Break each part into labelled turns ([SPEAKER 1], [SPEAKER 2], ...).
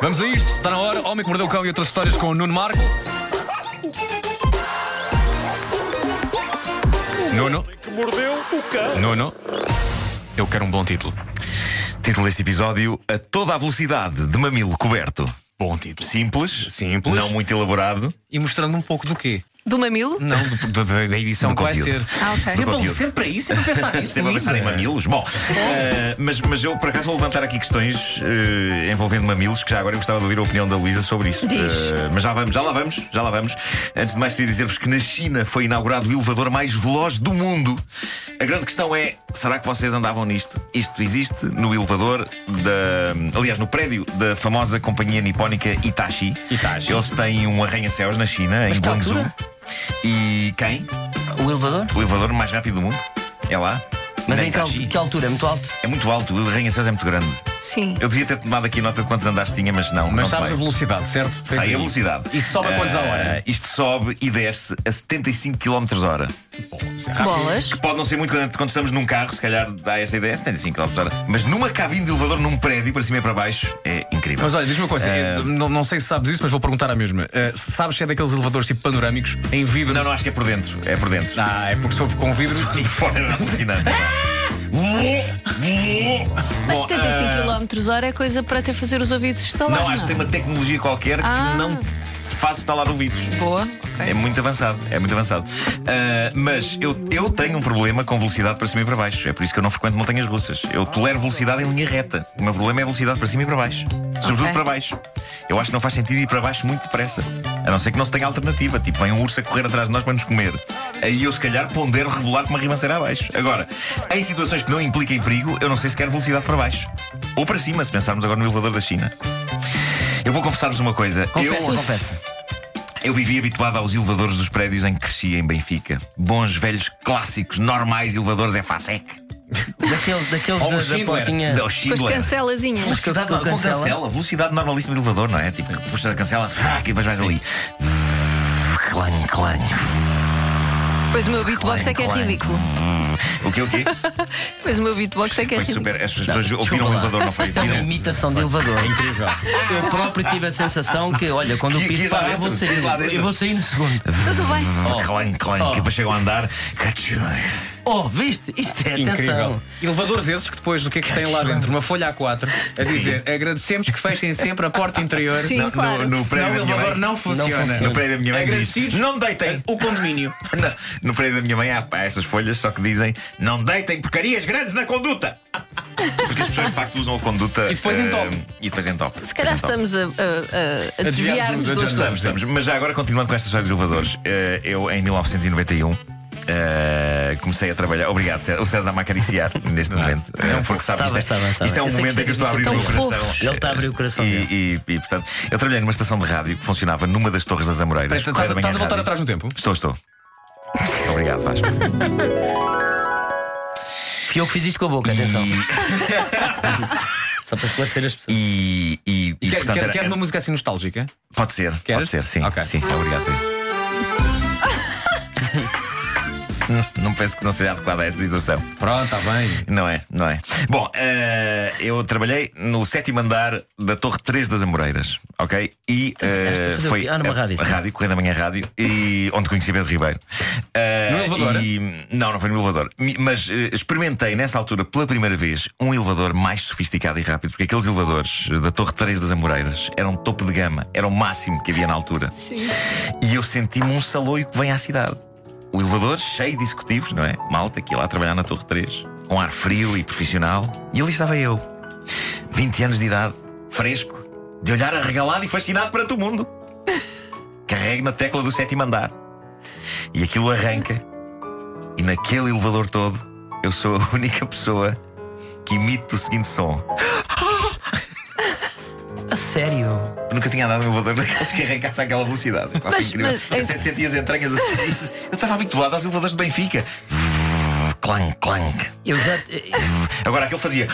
[SPEAKER 1] Vamos a isto, está na hora. Homem que mordeu o cão e outras histórias com o Nuno Marco. Nuno,
[SPEAKER 2] Que mordeu o cão.
[SPEAKER 1] Nuno, eu quero um bom título.
[SPEAKER 3] Título deste episódio: A toda a velocidade de mamilo coberto.
[SPEAKER 1] Bom título.
[SPEAKER 3] Simples,
[SPEAKER 1] Simples.
[SPEAKER 3] não muito elaborado.
[SPEAKER 1] E mostrando um pouco do quê?
[SPEAKER 4] Do mamilo?
[SPEAKER 1] Não, do- do- da da edição
[SPEAKER 3] Do
[SPEAKER 1] que vai
[SPEAKER 3] conteúdo.
[SPEAKER 1] ser.
[SPEAKER 4] Ah, ok.
[SPEAKER 3] Do
[SPEAKER 1] Sempre,
[SPEAKER 3] conteúdo.
[SPEAKER 1] sempre aí, sempre a pensar nisso.
[SPEAKER 3] Sempre a é pensar em
[SPEAKER 1] Luísa.
[SPEAKER 3] mamilos? Bom, eh, mas, mas eu por acaso vou levantar aqui questões eh, envolvendo mamilos, que já agora eu gostava de ouvir a opinião da Luísa sobre isso.
[SPEAKER 4] Diz.
[SPEAKER 3] Eh, mas já vamos, já lá vamos, já lá vamos. Antes de mais, queria dizer-vos que na China foi inaugurado o elevador mais veloz do mundo. A grande questão é: será que vocês andavam nisto? Isto existe no elevador da. Aliás, no prédio da famosa companhia nipónica Hitachi.
[SPEAKER 2] Hitachi.
[SPEAKER 3] Eles têm um arranha-céus na China, em
[SPEAKER 1] qual
[SPEAKER 3] Guangzhou.
[SPEAKER 1] altura?
[SPEAKER 3] E quem?
[SPEAKER 5] O elevador?
[SPEAKER 3] O elevador mais rápido do mundo? É lá?
[SPEAKER 5] Mas
[SPEAKER 3] Na
[SPEAKER 5] em que, al-
[SPEAKER 3] Hitachi.
[SPEAKER 5] que altura? É muito alto?
[SPEAKER 3] É muito alto, o arranha-céus é muito grande.
[SPEAKER 4] Sim.
[SPEAKER 3] Eu devia ter tomado aqui nota de quantos andares tinha, mas não. não
[SPEAKER 1] Mas sabes a
[SPEAKER 3] tomei.
[SPEAKER 1] velocidade, certo? Tens
[SPEAKER 3] Sei
[SPEAKER 1] aí.
[SPEAKER 3] a velocidade.
[SPEAKER 1] E sobe a quantos à hora?
[SPEAKER 3] Ah, Isto sobe e desce a 75 km hora.
[SPEAKER 4] Bolas.
[SPEAKER 3] Que pode não ser muito grande quando estamos num carro, se calhar dá essa ideia, 75 km hora. Mas numa cabine de elevador, num prédio, para cima e para baixo, é incrível.
[SPEAKER 1] Mas olha, diz-me uma coisa,
[SPEAKER 3] Ah.
[SPEAKER 1] eh, não, não sei se sabes isso, mas vou perguntar à mesma. Eh, sabes se é daqueles elevadores tipo panorâmicos em vidro?
[SPEAKER 3] Não, não, acho que é por dentro. É por dentro.
[SPEAKER 1] Ah, é porque soube com vidro.
[SPEAKER 3] Por fora era alucinante.
[SPEAKER 1] Ah!
[SPEAKER 4] Mas
[SPEAKER 3] Bom, Ah.
[SPEAKER 4] 75 km hora é coisa para até fazer os ouvidos estalar.
[SPEAKER 3] eh, Não, acho que tem uma tecnologia qualquer
[SPEAKER 4] Ah.
[SPEAKER 3] que não te faz instalar ouvidos.
[SPEAKER 4] Boa.
[SPEAKER 3] É
[SPEAKER 4] ok.
[SPEAKER 3] muito avançado, é muito avançado. Ah, mas eu, eu tenho um problema com velocidade para cima e para baixo. É por isso que eu não frequento montanhas russas. Eu tolero velocidade em linha reta. O meu problema é a velocidade para cima e para baixo. Sobretudo
[SPEAKER 4] Ok.
[SPEAKER 3] para baixo. Eu acho que não faz sentido ir para baixo muito depressa. A não ser que não se tenha alternativa. Tipo, vem um urso a correr atrás de nós para nos comer. Aí eu, se calhar, pondero regular com uma ribanceira abaixo. Agora, em situações que não impliquem perigo, eu não sei se quero velocidade para baixo. Ou para cima, se pensarmos agora no elevador da China. Eu vou confessar-vos uma coisa. eu...
[SPEAKER 5] Confessa, confessa.
[SPEAKER 3] Eu vivi habituado aos elevadores dos prédios em que cresci em Benfica. Bons, velhos, clássicos, normais elevadores é FASEC.
[SPEAKER 5] Daquele, daqueles
[SPEAKER 1] Ou o
[SPEAKER 5] da, da
[SPEAKER 1] Schindler.
[SPEAKER 5] portinha.
[SPEAKER 3] Da
[SPEAKER 4] Com as
[SPEAKER 3] Schindler.
[SPEAKER 4] cancelazinhas.
[SPEAKER 3] Velocidade
[SPEAKER 5] Com
[SPEAKER 3] no- com
[SPEAKER 5] cancela.
[SPEAKER 3] cancela, velocidade normalíssima do elevador, não é? Tipo, que puxa, cancela, frac, e depois vais ali. Clang, clang.
[SPEAKER 4] Pois o meu beatbox é que é
[SPEAKER 3] clang.
[SPEAKER 4] ridículo.
[SPEAKER 3] O quê, o quê?
[SPEAKER 4] Pois o meu beatbox é que é
[SPEAKER 3] Foi
[SPEAKER 4] ridículo.
[SPEAKER 3] super. As pessoas
[SPEAKER 5] Desculpa
[SPEAKER 3] ouviram o
[SPEAKER 5] lá.
[SPEAKER 3] um elevador, não foi?
[SPEAKER 5] Isto é uma
[SPEAKER 3] Viram?
[SPEAKER 5] imitação de elevador. É incrível. Eu próprio tive a sensação que, olha, quando
[SPEAKER 3] Que-
[SPEAKER 5] o
[SPEAKER 3] que
[SPEAKER 5] piso
[SPEAKER 3] lá
[SPEAKER 5] parar,
[SPEAKER 3] dentro,
[SPEAKER 5] vou
[SPEAKER 3] que
[SPEAKER 5] sair.
[SPEAKER 3] lá dentro.
[SPEAKER 5] Eu vou sair no segundo.
[SPEAKER 4] Tudo bem.
[SPEAKER 3] Clang, clang. E depois chegam a andar. Cachões.
[SPEAKER 5] Oh, viste? Isto é
[SPEAKER 1] Incrível.
[SPEAKER 5] atenção.
[SPEAKER 1] Elevadores esses que depois o que é que tem lá dentro? Uma folha A4 a dizer agradecemos que fechem sempre a porta interior.
[SPEAKER 4] Sim,
[SPEAKER 3] No-
[SPEAKER 4] claro.
[SPEAKER 3] No,
[SPEAKER 1] Senão
[SPEAKER 3] no
[SPEAKER 1] o
[SPEAKER 3] prédio da minha
[SPEAKER 1] elevador
[SPEAKER 3] mãe.
[SPEAKER 1] não funciona.
[SPEAKER 5] funciona.
[SPEAKER 3] No prédio da minha mãe diz,
[SPEAKER 1] Agradecidos.
[SPEAKER 3] Não deitem.
[SPEAKER 1] eh, O condomínio.
[SPEAKER 3] Na- No prédio da minha mãe há, há essas folhas só que dizem não deitem porcarias grandes na conduta. Porque as pessoas de facto usam a conduta
[SPEAKER 1] E depois
[SPEAKER 3] eh,
[SPEAKER 1] entopem.
[SPEAKER 3] E depois entopem.
[SPEAKER 4] Se calhar
[SPEAKER 3] Depois entopem.
[SPEAKER 4] estamos a, a, a, a desviar-nos
[SPEAKER 1] desviar-nos
[SPEAKER 4] do
[SPEAKER 1] do-
[SPEAKER 4] assunto.
[SPEAKER 3] Estamos, estamos. Mas já agora, continuando com esta história dos elevadores, eh, eu em 1991. eh, comecei a trabalhar. Obrigado, César. O César a acariciar neste
[SPEAKER 1] é?
[SPEAKER 3] momento.
[SPEAKER 1] um
[SPEAKER 3] Eh, porque sabe,
[SPEAKER 5] Estava,
[SPEAKER 3] isto, é-
[SPEAKER 5] estava, estava.
[SPEAKER 3] isto é um
[SPEAKER 5] Eu sei
[SPEAKER 3] momento
[SPEAKER 5] que
[SPEAKER 3] em que eu estou a
[SPEAKER 5] isto é
[SPEAKER 3] abrir o meu
[SPEAKER 5] tão
[SPEAKER 3] coração.
[SPEAKER 5] fofo. Ele está a abrir o coração
[SPEAKER 3] E,
[SPEAKER 5] dele.
[SPEAKER 3] e, e, portanto, eu trabalhei numa estação de rádio que funcionava numa das Torres das Amoreiras.
[SPEAKER 1] Estás
[SPEAKER 3] Correio
[SPEAKER 1] estás a
[SPEAKER 3] da Manhã
[SPEAKER 1] estás a voltar
[SPEAKER 3] Rádio.
[SPEAKER 1] atrás no tempo?
[SPEAKER 3] Estou, estou. Obrigado, Vasco.
[SPEAKER 5] Fui eu que fiz isto com a boca, atenção. Só para esclarecer as pessoas.
[SPEAKER 3] E, e, e,
[SPEAKER 1] E quer-
[SPEAKER 3] portanto,
[SPEAKER 1] quer-
[SPEAKER 3] era-
[SPEAKER 1] Queres uma música assim nostálgica?
[SPEAKER 3] Pode ser,
[SPEAKER 1] Queres?
[SPEAKER 3] pode ser, sim.
[SPEAKER 1] Ok.
[SPEAKER 3] Sim, sim, obrigado. Não- não penso que não seja adequada a esta situação.
[SPEAKER 1] Pronto, está bem.
[SPEAKER 3] Não é, não é. Bom, eh, eu trabalhei no sétimo andar da Torre 3 das Amoreiras, ok? E
[SPEAKER 5] Chegaste a
[SPEAKER 3] eh,
[SPEAKER 5] fazer o
[SPEAKER 3] foi
[SPEAKER 5] quê? Ah, numa
[SPEAKER 3] a-
[SPEAKER 5] rádio,
[SPEAKER 3] a
[SPEAKER 5] sim.
[SPEAKER 3] rádio, Correio da Manhã Rádio, e onde conheci Pedro Ribeiro. Eh,
[SPEAKER 1] No elevador,
[SPEAKER 3] e- não, não foi no elevador. Mi- Mas eh, experimentei nessa altura pela primeira vez um elevador mais sofisticado e rápido, porque aqueles elevadores eh, da Torre 3 das Amoreiras eram topo de gama, era o máximo que havia na altura.
[SPEAKER 4] Sim.
[SPEAKER 3] E eu senti-me um saloio que vem à cidade. O elevador cheio de executivos, não é? Malta que ia lá trabalhar na Torre 3, com ar frio e profissional. E ali estava eu, 20 anos de idade, fresco, de olhar arregalado e fascinado perante o mundo. Carrego na tecla do sétimo andar. E aquilo arranca. E naquele elevador todo, eu sou a única pessoa que imite o seguinte som.
[SPEAKER 5] A sério?
[SPEAKER 3] Eu Nunca tinha andado num elevador daqueles que arrancasse àquela velocidade. Pá, foi
[SPEAKER 4] Mas-
[SPEAKER 3] incrível.
[SPEAKER 4] mas-
[SPEAKER 3] eu sempre sentia as entranhas a subir. Eu estava habituado aos elevadores de Benfica. Clang, clang.
[SPEAKER 5] Eu já.
[SPEAKER 3] Agora aquele fazia.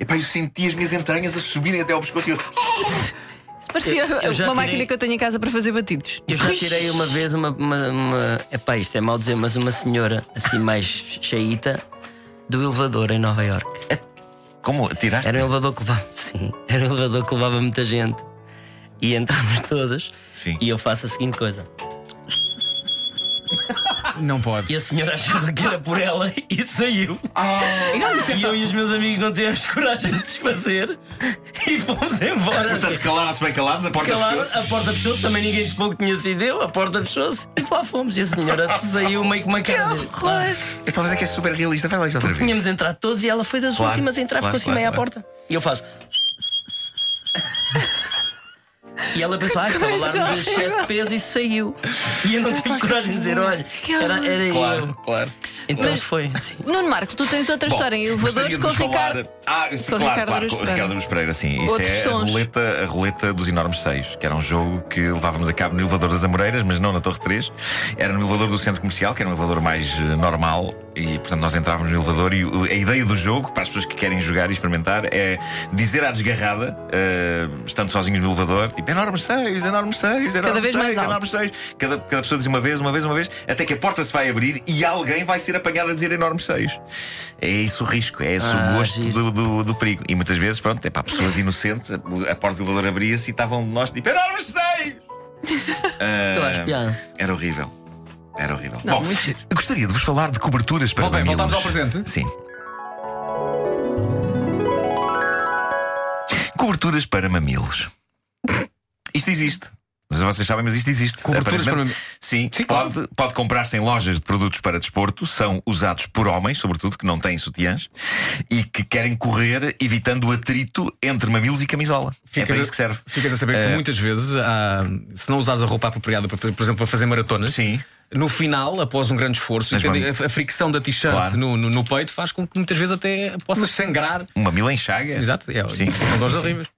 [SPEAKER 3] E pá, eu sentia as minhas entranhas a subirem até ao pescoço. e eu-
[SPEAKER 4] Isso parecia
[SPEAKER 5] Eu- eu
[SPEAKER 4] uma
[SPEAKER 5] já tirei-
[SPEAKER 4] máquina que eu tenho em casa para fazer batidos.
[SPEAKER 5] Eu já tirei uma vez uma. uma, uma epá, isto é mau dizer,
[SPEAKER 1] É
[SPEAKER 5] mas uma senhora assim mais cheita do elevador em Nova Iorque.
[SPEAKER 3] Como? Tiraste?
[SPEAKER 5] Era um elevador que levava, sim, era um elevador que levava muita gente. E entramos todos
[SPEAKER 3] Sim.
[SPEAKER 5] e eu faço a seguinte coisa.
[SPEAKER 1] Não pode.
[SPEAKER 5] E a senhora achava que era por ela e saiu.
[SPEAKER 3] Ah,
[SPEAKER 1] E não
[SPEAKER 5] E
[SPEAKER 1] disseste
[SPEAKER 5] eu e
[SPEAKER 1] assim.
[SPEAKER 5] os meus amigos não tivemos coragem de desfazer e fomos embora.
[SPEAKER 3] Portanto, calaram-se bem calados, a porta
[SPEAKER 5] Claro,
[SPEAKER 3] fechou-se.
[SPEAKER 5] a porta fechou-se, também ninguém de pouco tinha sido eu, a porta fechou-se e lá fomos. E a senhora saiu meio que uma cara. de-
[SPEAKER 4] Horror!
[SPEAKER 3] Epá, mas é que é super realista, vai lá isto outra vez.
[SPEAKER 5] Tínhamos entrado todos e ela foi das
[SPEAKER 3] Claro,
[SPEAKER 5] últimas a entrar,
[SPEAKER 3] claro,
[SPEAKER 5] ficou assim
[SPEAKER 3] claro,
[SPEAKER 5] meio
[SPEAKER 3] claro.
[SPEAKER 5] à porta. E eu faço. E ela pensou, ah, estava lá no meu excesso de peso e saiu. E eu não tive coragem de dizer, olha,
[SPEAKER 4] assim, Que
[SPEAKER 5] era, era eu.
[SPEAKER 3] claro.
[SPEAKER 5] Então
[SPEAKER 4] Mas-
[SPEAKER 5] foi, sim.
[SPEAKER 4] Nuno Marcos, tu tens outra história em elevadores com o Ricardo.
[SPEAKER 3] Ah, sim,
[SPEAKER 4] com o
[SPEAKER 3] claro,
[SPEAKER 4] Ricardo
[SPEAKER 3] claro,
[SPEAKER 4] Aruz
[SPEAKER 3] com o
[SPEAKER 4] Pereira.
[SPEAKER 3] Ricardo Aruz Pereira, sim. Isso
[SPEAKER 4] Outros
[SPEAKER 3] é a
[SPEAKER 4] sons.
[SPEAKER 3] roleta, a roleta dos enormes seis, que era um jogo que levávamos a cabo no elevador das Amoreiras, mas não na Torre 3. Era no elevador do centro comercial, que era um elevador mais eh, normal, e portanto nós entrávamos no elevador e o- a ideia do jogo, para as pessoas que querem jogar e experimentar, é dizer à desgarrada, eh, estando sozinhos no elevador, tipo, enormes seis, enormes seis, enormes
[SPEAKER 4] vez
[SPEAKER 3] seis,
[SPEAKER 4] mais alto.
[SPEAKER 3] enormes enormes seios. Cada, cada pessoa diz uma vez, uma vez, uma vez, até que a porta se vai abrir e alguém vai ser apanhado a dizer enormes seios. É isso o risco, é esse
[SPEAKER 5] Ah,
[SPEAKER 3] o gosto
[SPEAKER 5] giro.
[SPEAKER 3] do, do, do perigo. E muitas vezes, pronto, é para pessoas inocentes, a, a porta do elevador abria-se e estavam de nós tipo enormes seios! Ah,
[SPEAKER 5] Eu acho piada.
[SPEAKER 3] era horrível. Era horrível.
[SPEAKER 4] Não,
[SPEAKER 3] Bom,
[SPEAKER 4] muito giro.
[SPEAKER 3] eu gostaria de vos falar de coberturas para
[SPEAKER 1] Bom, bem,
[SPEAKER 3] mamilos.
[SPEAKER 1] voltamos ao presente.
[SPEAKER 3] Sim. Coberturas para mamilos. Isto existe. Mas vocês sabem, mas isto existe.
[SPEAKER 1] Coberturas para
[SPEAKER 3] Aparentemente,
[SPEAKER 1] mamilos.
[SPEAKER 3] Sim,
[SPEAKER 1] Sim, claro.
[SPEAKER 3] pode, pode comprar-se em lojas de produtos para desporto. São usados por homens, sobretudo, que não têm sutiãs e que querem correr evitando o atrito entre mamilos e camisola. é para
[SPEAKER 1] a-
[SPEAKER 3] isso que serve.
[SPEAKER 1] Ficas a saber
[SPEAKER 3] É.
[SPEAKER 1] que muitas vezes, há- se não usares a roupa apropriada, para, fazer- por exemplo, para fazer maratonas,
[SPEAKER 3] Sim.
[SPEAKER 1] no final, após um grande esforço,
[SPEAKER 3] Mas,
[SPEAKER 1] entende?
[SPEAKER 3] mano,
[SPEAKER 1] a, a fricção da t-shirt
[SPEAKER 3] claro.
[SPEAKER 1] no, no- no peito faz com que muitas vezes até possas sangrar.
[SPEAKER 3] Um mamilo em chaga.
[SPEAKER 1] Exato, é,
[SPEAKER 3] Sim.
[SPEAKER 1] são dores
[SPEAKER 3] Sim, sim.
[SPEAKER 1] horríveis.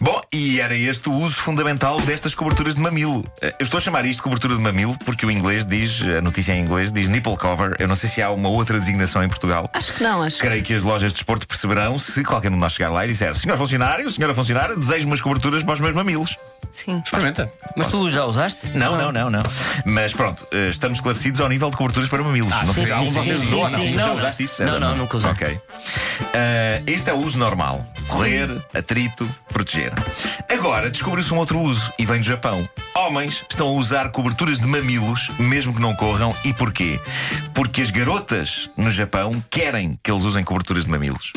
[SPEAKER 3] Bom, e era este o uso fundamental destas coberturas de mamilo. Eh, Eu estou a chamar isto de cobertura de mamilo porque o inglês diz, a notícia em inglês diz nipple cover. Eu não sei se há uma outra designação em Portugal.
[SPEAKER 4] Acho que não, acho.
[SPEAKER 3] Creio que as lojas de desporto perceberão se qualquer um de nós chegar lá e disser: Senhor funcionário, senhora funcionária, desejo umas coberturas para os meus mamilos.
[SPEAKER 4] Sim.
[SPEAKER 1] Experimenta.
[SPEAKER 5] Mas tu já usaste?
[SPEAKER 3] Não, não, não, não. Mas pronto, eh, estamos esclarecidos ao nível de coberturas para mamilos. não
[SPEAKER 5] Ah, sim,
[SPEAKER 3] sei se algum de
[SPEAKER 5] sim,
[SPEAKER 3] vocês
[SPEAKER 5] sim,
[SPEAKER 3] usou ou
[SPEAKER 5] sim,
[SPEAKER 3] não.
[SPEAKER 5] sim.
[SPEAKER 3] Já
[SPEAKER 5] Não,
[SPEAKER 3] usaste
[SPEAKER 5] não.
[SPEAKER 3] isso?
[SPEAKER 5] Não,
[SPEAKER 3] Adam?
[SPEAKER 5] não, nunca usei.
[SPEAKER 3] Ok. Eh, este é o uso normal: correr, atrito, proteger. Agora descobriu-se um outro uso e vem do Japão. Homens estão a usar coberturas de mamilos, mesmo que não corram. E porquê? Porque as garotas no Japão querem que eles usem coberturas de mamilos.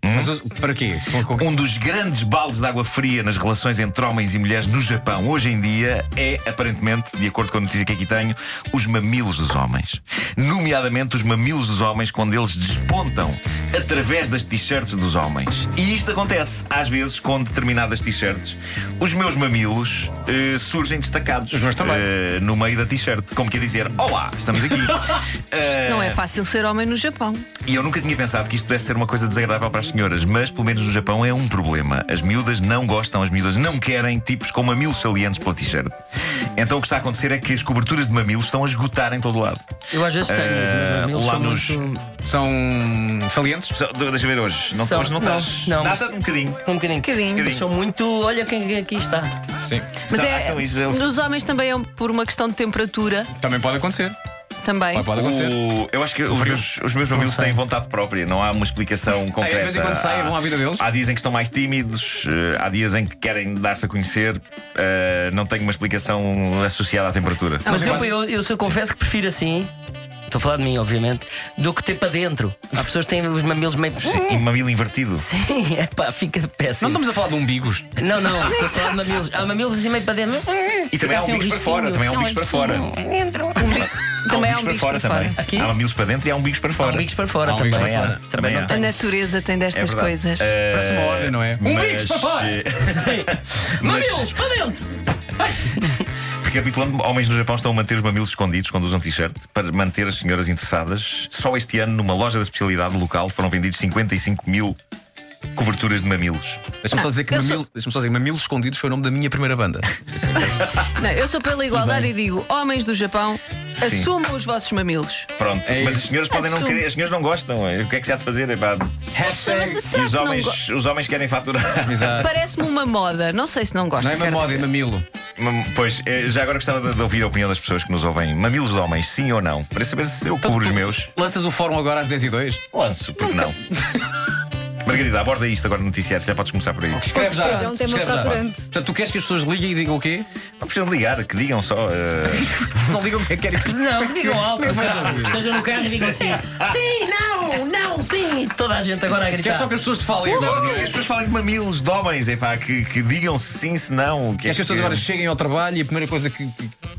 [SPEAKER 1] Mas para quê? Com- com-
[SPEAKER 3] Um dos grandes baldes de água fria nas relações entre homens e mulheres no Japão hoje em dia é, aparentemente, de acordo com a notícia que aqui tenho, os mamilos dos homens. Nomeadamente os mamilos dos homens quando eles despontam através das t-shirts dos homens. E isto acontece, às vezes, com determinadas t-shirts. Os meus mamilos eh, surgem destacados
[SPEAKER 1] Os meus também.
[SPEAKER 3] eh, no meio da t-shirt. Como quer dizer, olá, estamos aqui. Eh,
[SPEAKER 4] Não é fácil ser homem no Japão.
[SPEAKER 3] e eu nunca tinha pensado que isto pudesse ser uma coisa desagradável para as senhoras, mas pelo menos no Japão é um problema. As miúdas não gostam, as miúdas não querem tipos com mamilos salientes pela t-shirt. Então o que está a acontecer é que as coberturas de mamilos estão a esgotar em todo lado.
[SPEAKER 5] Eu às vezes tenho, mas meus
[SPEAKER 3] Eh,
[SPEAKER 5] mamilos
[SPEAKER 3] lá
[SPEAKER 5] são
[SPEAKER 3] nos-
[SPEAKER 5] muito.
[SPEAKER 1] São salientes?
[SPEAKER 3] Pessoal, de- Deixa eu ver hoje. Não,
[SPEAKER 5] São-
[SPEAKER 3] hoje não
[SPEAKER 5] não,
[SPEAKER 3] estás.
[SPEAKER 5] não,
[SPEAKER 3] Dá
[SPEAKER 5] mas-
[SPEAKER 3] dá-te um bocadinho.
[SPEAKER 5] Um bocadinho.
[SPEAKER 4] Bocadinho.
[SPEAKER 5] Eles são muito. Olha quem quem aqui está.
[SPEAKER 1] Sim.
[SPEAKER 4] Mas
[SPEAKER 3] São- ah,
[SPEAKER 4] é,
[SPEAKER 3] são isso, eles-
[SPEAKER 4] nos homens também é por uma questão de temperatura,
[SPEAKER 1] Também pode acontecer.
[SPEAKER 4] também.
[SPEAKER 1] Pode, pode acontecer.
[SPEAKER 3] O- eu acho que os meus, os meus mamilos
[SPEAKER 5] sei.
[SPEAKER 3] têm vontade própria, não há uma explicação concreta.
[SPEAKER 1] vez em quando saem,
[SPEAKER 3] Há-
[SPEAKER 1] vão à vida deles.
[SPEAKER 3] Há dias em que estão mais tímidos, eh, há dias em que querem dar-se a conhecer. eh, não tenho uma explicação associada à temperatura.
[SPEAKER 5] Mas eu,
[SPEAKER 1] sim.
[SPEAKER 5] eu, eu, se eu confesso que prefiro assim. Estou a falar de mim, obviamente, do que ter para dentro. Há pessoas que têm os mamilos meio.
[SPEAKER 3] E Um mamilo invertido.
[SPEAKER 5] Sim, é pá, fica
[SPEAKER 1] Não
[SPEAKER 5] péssimo.
[SPEAKER 1] estamos a falar de umbigos.
[SPEAKER 5] Não, não, estou a falar de mamilos. Há mamilos assim meio para dentro.
[SPEAKER 3] E também há
[SPEAKER 5] Assim, um
[SPEAKER 3] umbigos para fora,
[SPEAKER 5] risquinho. Um
[SPEAKER 3] também há umbigos para fora.
[SPEAKER 4] Também
[SPEAKER 3] umbigos
[SPEAKER 4] há um umbigos
[SPEAKER 3] um para fora também.
[SPEAKER 5] Aqui?
[SPEAKER 3] Há mamilos para dentro e há umbigos para
[SPEAKER 5] Há
[SPEAKER 3] fora.
[SPEAKER 5] umbigos para fora
[SPEAKER 1] Há
[SPEAKER 5] também.
[SPEAKER 1] umbigos
[SPEAKER 3] Também há.
[SPEAKER 1] para fora.
[SPEAKER 5] Também
[SPEAKER 3] Também
[SPEAKER 5] não
[SPEAKER 3] há.
[SPEAKER 4] A
[SPEAKER 5] tem.
[SPEAKER 4] natureza tem
[SPEAKER 3] É
[SPEAKER 4] destas
[SPEAKER 3] verdade.
[SPEAKER 4] coisas.
[SPEAKER 3] Eh,
[SPEAKER 1] Parece uma ordem, não é?
[SPEAKER 3] Mas, eh,
[SPEAKER 1] Umbigos para fora!
[SPEAKER 5] Mamilos para dentro!
[SPEAKER 3] Recapitulando, homens no Japão estão a manter os mamilos escondidos quando usam t-shirt para manter as senhoras interessadas. Só este ano, numa loja da especialidade local, foram vendidos 55 mil coberturas de mamilos.
[SPEAKER 2] Ah,
[SPEAKER 1] Deixa-me só dizer que
[SPEAKER 4] eu sou-
[SPEAKER 1] mamilo, deixa-me só dizer, Mamilos Escondidos foi o nome da minha primeira banda.
[SPEAKER 4] Não, eu sou pela igualdade e digo: homens do Japão, assumam os vossos mamilos.
[SPEAKER 3] Pronto,
[SPEAKER 1] É
[SPEAKER 3] mas
[SPEAKER 1] isso.
[SPEAKER 3] as senhoras podem não
[SPEAKER 4] Assumo.
[SPEAKER 3] querer, as senhoras não gostam. eh, O que é que se há de fazer? Epá,
[SPEAKER 1] Hashtag.
[SPEAKER 4] Será
[SPEAKER 3] É E os
[SPEAKER 4] que não
[SPEAKER 3] homens, os homens querem faturar.
[SPEAKER 4] go-
[SPEAKER 1] Exato.
[SPEAKER 4] Parece-me uma moda, não sei se não gosto.
[SPEAKER 1] Não é mamode, é mamilo.
[SPEAKER 3] Mam- Pois, eh, já agora gostava de- de ouvir a opinião das pessoas que nos ouvem. Mamilos de homens, sim ou não? Para saber se eu cubro os
[SPEAKER 1] Então tu
[SPEAKER 3] meus.
[SPEAKER 1] Lanças o fórum agora às 10 e 02
[SPEAKER 3] Lanço, porque não? Margarida, aborda isto agora no noticiário, se calhar podes começar por aí.
[SPEAKER 1] Escreve já.
[SPEAKER 2] certeza, é um tema
[SPEAKER 1] escreve já.
[SPEAKER 2] fraturante.
[SPEAKER 1] Portanto, tu queres que as pessoas liguem e digam o quê?
[SPEAKER 3] Não precisam de ligar, que digam só. eh,
[SPEAKER 1] Se não ligam, o que é que querem?
[SPEAKER 5] Não, digam alto.
[SPEAKER 1] Nem
[SPEAKER 5] no
[SPEAKER 1] vais
[SPEAKER 5] carro.
[SPEAKER 1] ouvir.
[SPEAKER 5] Estejam no carro e digam assim. Sim, não, não, sim. Toda a gente agora a gritar.
[SPEAKER 1] Queres só que as pessoas te falem? Não, é?
[SPEAKER 3] que as pessoas falem de mamilos, de homens, epá, que, que digam se sim, se não. o Que é
[SPEAKER 1] Queres que as pessoas agora cheguem ao trabalho e a primeira coisa que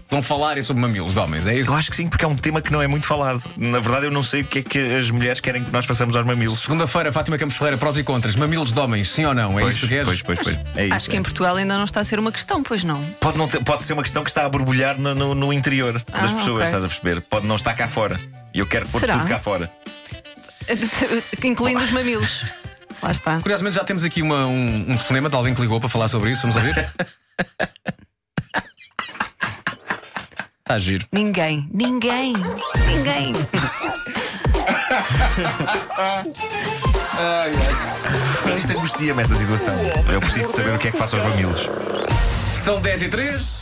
[SPEAKER 1] que vão falar é sobre mamilos de homens, é isso?
[SPEAKER 3] Eu acho que sim, porque é um tema que não é muito falado. Na verdade, eu não sei o que é que as mulheres querem que nós façamos aos mamilos.
[SPEAKER 1] Segunda-feira, Fátima Campos Ferreira, prós e contras, mamilos de homens, sim ou não? É
[SPEAKER 3] pois,
[SPEAKER 1] isso que queres?
[SPEAKER 3] pois, pois, pois. É isso.
[SPEAKER 4] Acho que
[SPEAKER 3] é.
[SPEAKER 4] em Portugal ainda não está a ser uma questão, pois não?
[SPEAKER 3] Pode, não ter- pode ser uma questão que está a borbulhar no, no- no interior
[SPEAKER 4] Ah,
[SPEAKER 3] das pessoas,
[SPEAKER 4] ok.
[SPEAKER 3] estás a perceber? Pode não estar cá fora. E eu quero pôr
[SPEAKER 4] Será?
[SPEAKER 3] tudo cá fora.
[SPEAKER 4] Incluindo os mamilos. Lá está.
[SPEAKER 1] Curiosamente já temos aqui uma- um, um telefonema de alguém que ligou para falar sobre isso, vamos ouvir? Está Tá giro.
[SPEAKER 4] Ninguém, ninguém, ninguém.
[SPEAKER 3] é Mas isto angustia-me esta situação. Eu preciso saber o que é que faço aos mamilos.
[SPEAKER 1] São 10 e 3.